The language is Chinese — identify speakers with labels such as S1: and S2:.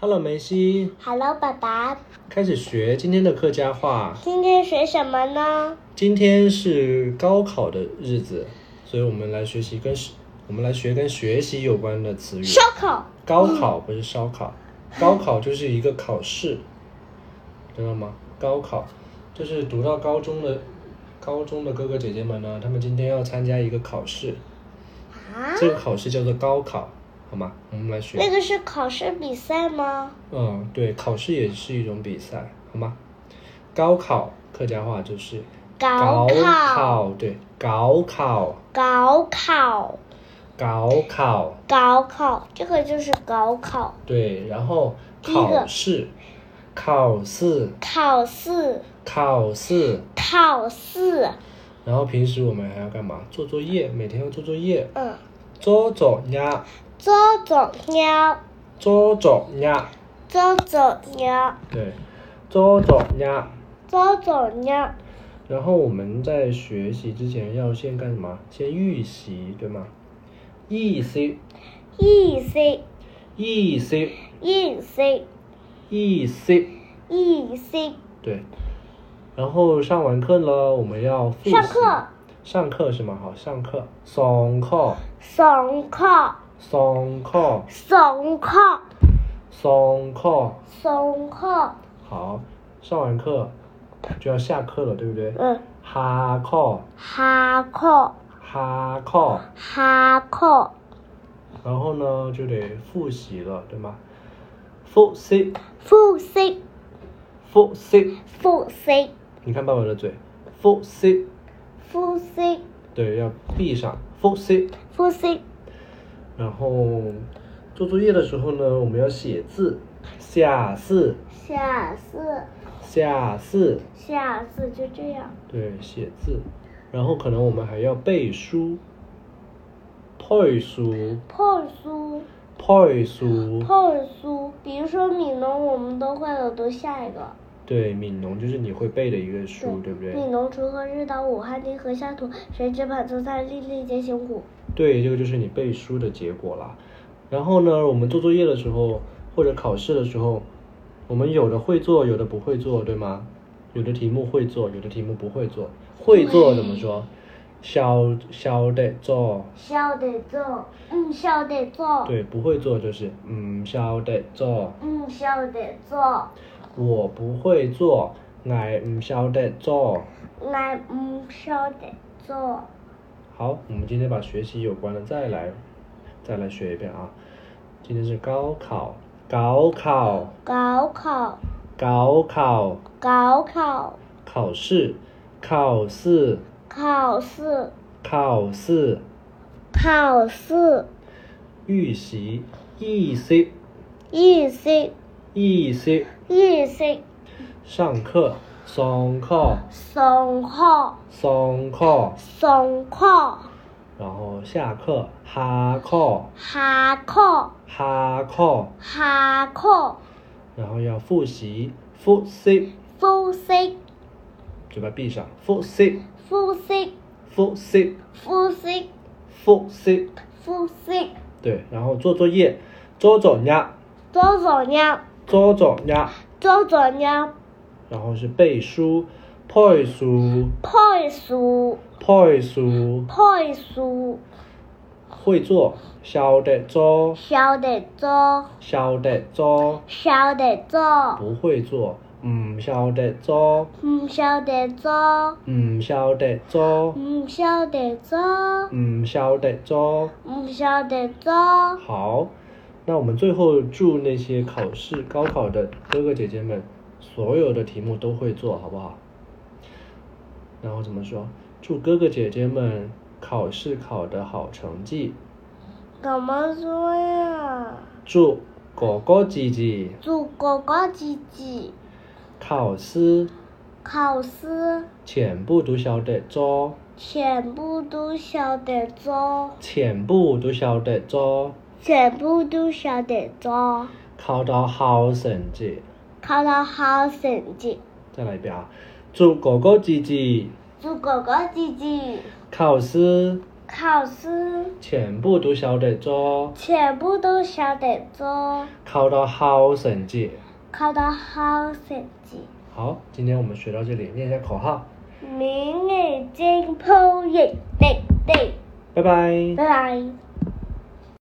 S1: Hello，梅西，
S2: Hello，爸爸，
S1: 开始学今天的客家话。
S2: 今天学什么呢？
S1: 今天是高考的日子，所以我们来学习跟我们来学跟学习有关的词语。
S2: 烧烤。
S1: 高考不是烧烤，高考就是一个考试，知道吗？高考就是读到高中的高中的哥哥姐姐们呢，他们今天要参加一个考试，
S2: 啊？
S1: 这个考试叫做高考，好吗？我们来学。
S2: 那个是考试比赛吗？
S1: 嗯，对，考试也是一种比赛，好吗？高考客家话就是
S2: 高考，
S1: 考，对，高考，
S2: 高考，
S1: 高考，
S2: 高考，这个就是高考。
S1: 对，然后
S2: 第一个
S1: 考试，考试，
S2: 考试，
S1: 考试，
S2: 考试，
S1: 然后平时我们还要干嘛？做作业，每天要做作业，
S2: 嗯，
S1: 做作业，
S2: 做作业，
S1: 做作业，
S2: 做作业，
S1: 对，做作业。
S2: 做作业，
S1: 然后我们在学习之前要先干什么？先预习，对吗？预习，
S2: 意思，
S1: 预习。
S2: 意思，
S1: 意思，
S2: 意思。
S1: E 对。然后上完课呢，我们要复习。
S2: 上课，
S1: 上课是吗？好，上课。上课，
S2: 上课，
S1: 上课，
S2: 上课，
S1: 上课。
S2: 上课，
S1: 好，上完课就要下课了，对不对？
S2: 嗯。
S1: 下课，
S2: 下课，
S1: 下课。
S2: 下课，
S1: 然后呢，就得复习了，对吗？复习，
S2: 复习，
S1: 复习。
S2: 复习，
S1: 你看爸爸的嘴，复习，
S2: 复习，
S1: 对，要闭上，复习。
S2: 复习，
S1: 然后做作业的时候呢，我们要写字，下字，
S2: 下次，
S1: 下字，
S2: 下次就这样。
S1: 对，写字。然后可能我们还要背书，背书，
S2: 碰书，
S1: 背书。
S2: 碰书，比如说悯农，我们都会有读下一个。
S1: 对，悯农就是你会背的一个书，对不对？
S2: 悯农锄禾日当午，汗滴禾下土，谁知盘中餐，粒粒皆辛苦。
S1: 对，这个就是你背书的结果啦。然后呢，我们做作业的时候或者考试的时候，我们有的会做，有的不会做，对吗？有的题目会做，有的题目不会做。会做怎么说？晓晓得做。
S2: 晓得做，嗯，晓得做，
S1: 对，不会做就是嗯晓得做。
S2: 嗯，晓得做，
S1: 我不会做，俺唔晓得做。
S2: 俺唔晓嗯得做。
S1: 好，我们今天把学习有关的再来，再来学一遍啊。今天是高考，高考。
S2: 高考，
S1: 高考、
S2: 高考，
S1: 考试、考试、
S2: 考试，
S1: 考试、
S2: 考试，
S1: 预习、预习、
S2: 预习，
S1: 预习、
S2: 预习，
S1: 上课、上课、
S2: 上课，
S1: 上课，
S2: 上课，
S1: 然后下课、下课、
S2: 下课，
S1: 下课，
S2: 下课，
S1: 然后要复习、复习，
S2: 复习，
S1: 嘴巴闭上，复习、
S2: 复习，
S1: 复习、
S2: 复习，
S1: 复习，
S2: 复习，
S1: 对，然后做作业，做作业，
S2: 做作业，
S1: 做作业，
S2: 做作业，
S1: 然后是背书、背书。
S2: 背书，
S1: 背书
S2: 背书，
S1: 会做，晓得做，
S2: 晓得做，
S1: 晓得做，
S2: 晓得做，
S1: 不会做，唔晓得做，
S2: 唔晓得做，
S1: 唔晓得做，
S2: 唔晓得做。
S1: 唔晓得做。
S2: 唔晓得做，
S1: 好，那我们最后祝那些考试、高考的哥哥姐姐们，所有的题目都会做，好不好？然后怎么说？祝哥哥姐姐们考试考得好成绩，
S2: 怎么说呀？
S1: 祝哥哥姐姐
S2: 祝哥哥姐姐
S1: 考试。
S2: 考试
S1: 全部都晓得做，
S2: 全部都晓得做，
S1: 全部都晓得做，
S2: 全部都晓得做，
S1: 考到好成绩。
S2: 考到好成绩。
S1: 再来一遍啊！祝哥哥姐姐
S2: 祝哥哥姐姐
S1: 考试
S2: 考试
S1: 全部都晓得做，
S2: 全部都晓得做，
S1: 考到好成绩。
S2: 考到好成绩。
S1: 好，今天我们学到这里，念一下口号，
S2: 明日精通日滴滴，
S1: 拜拜
S2: 拜拜。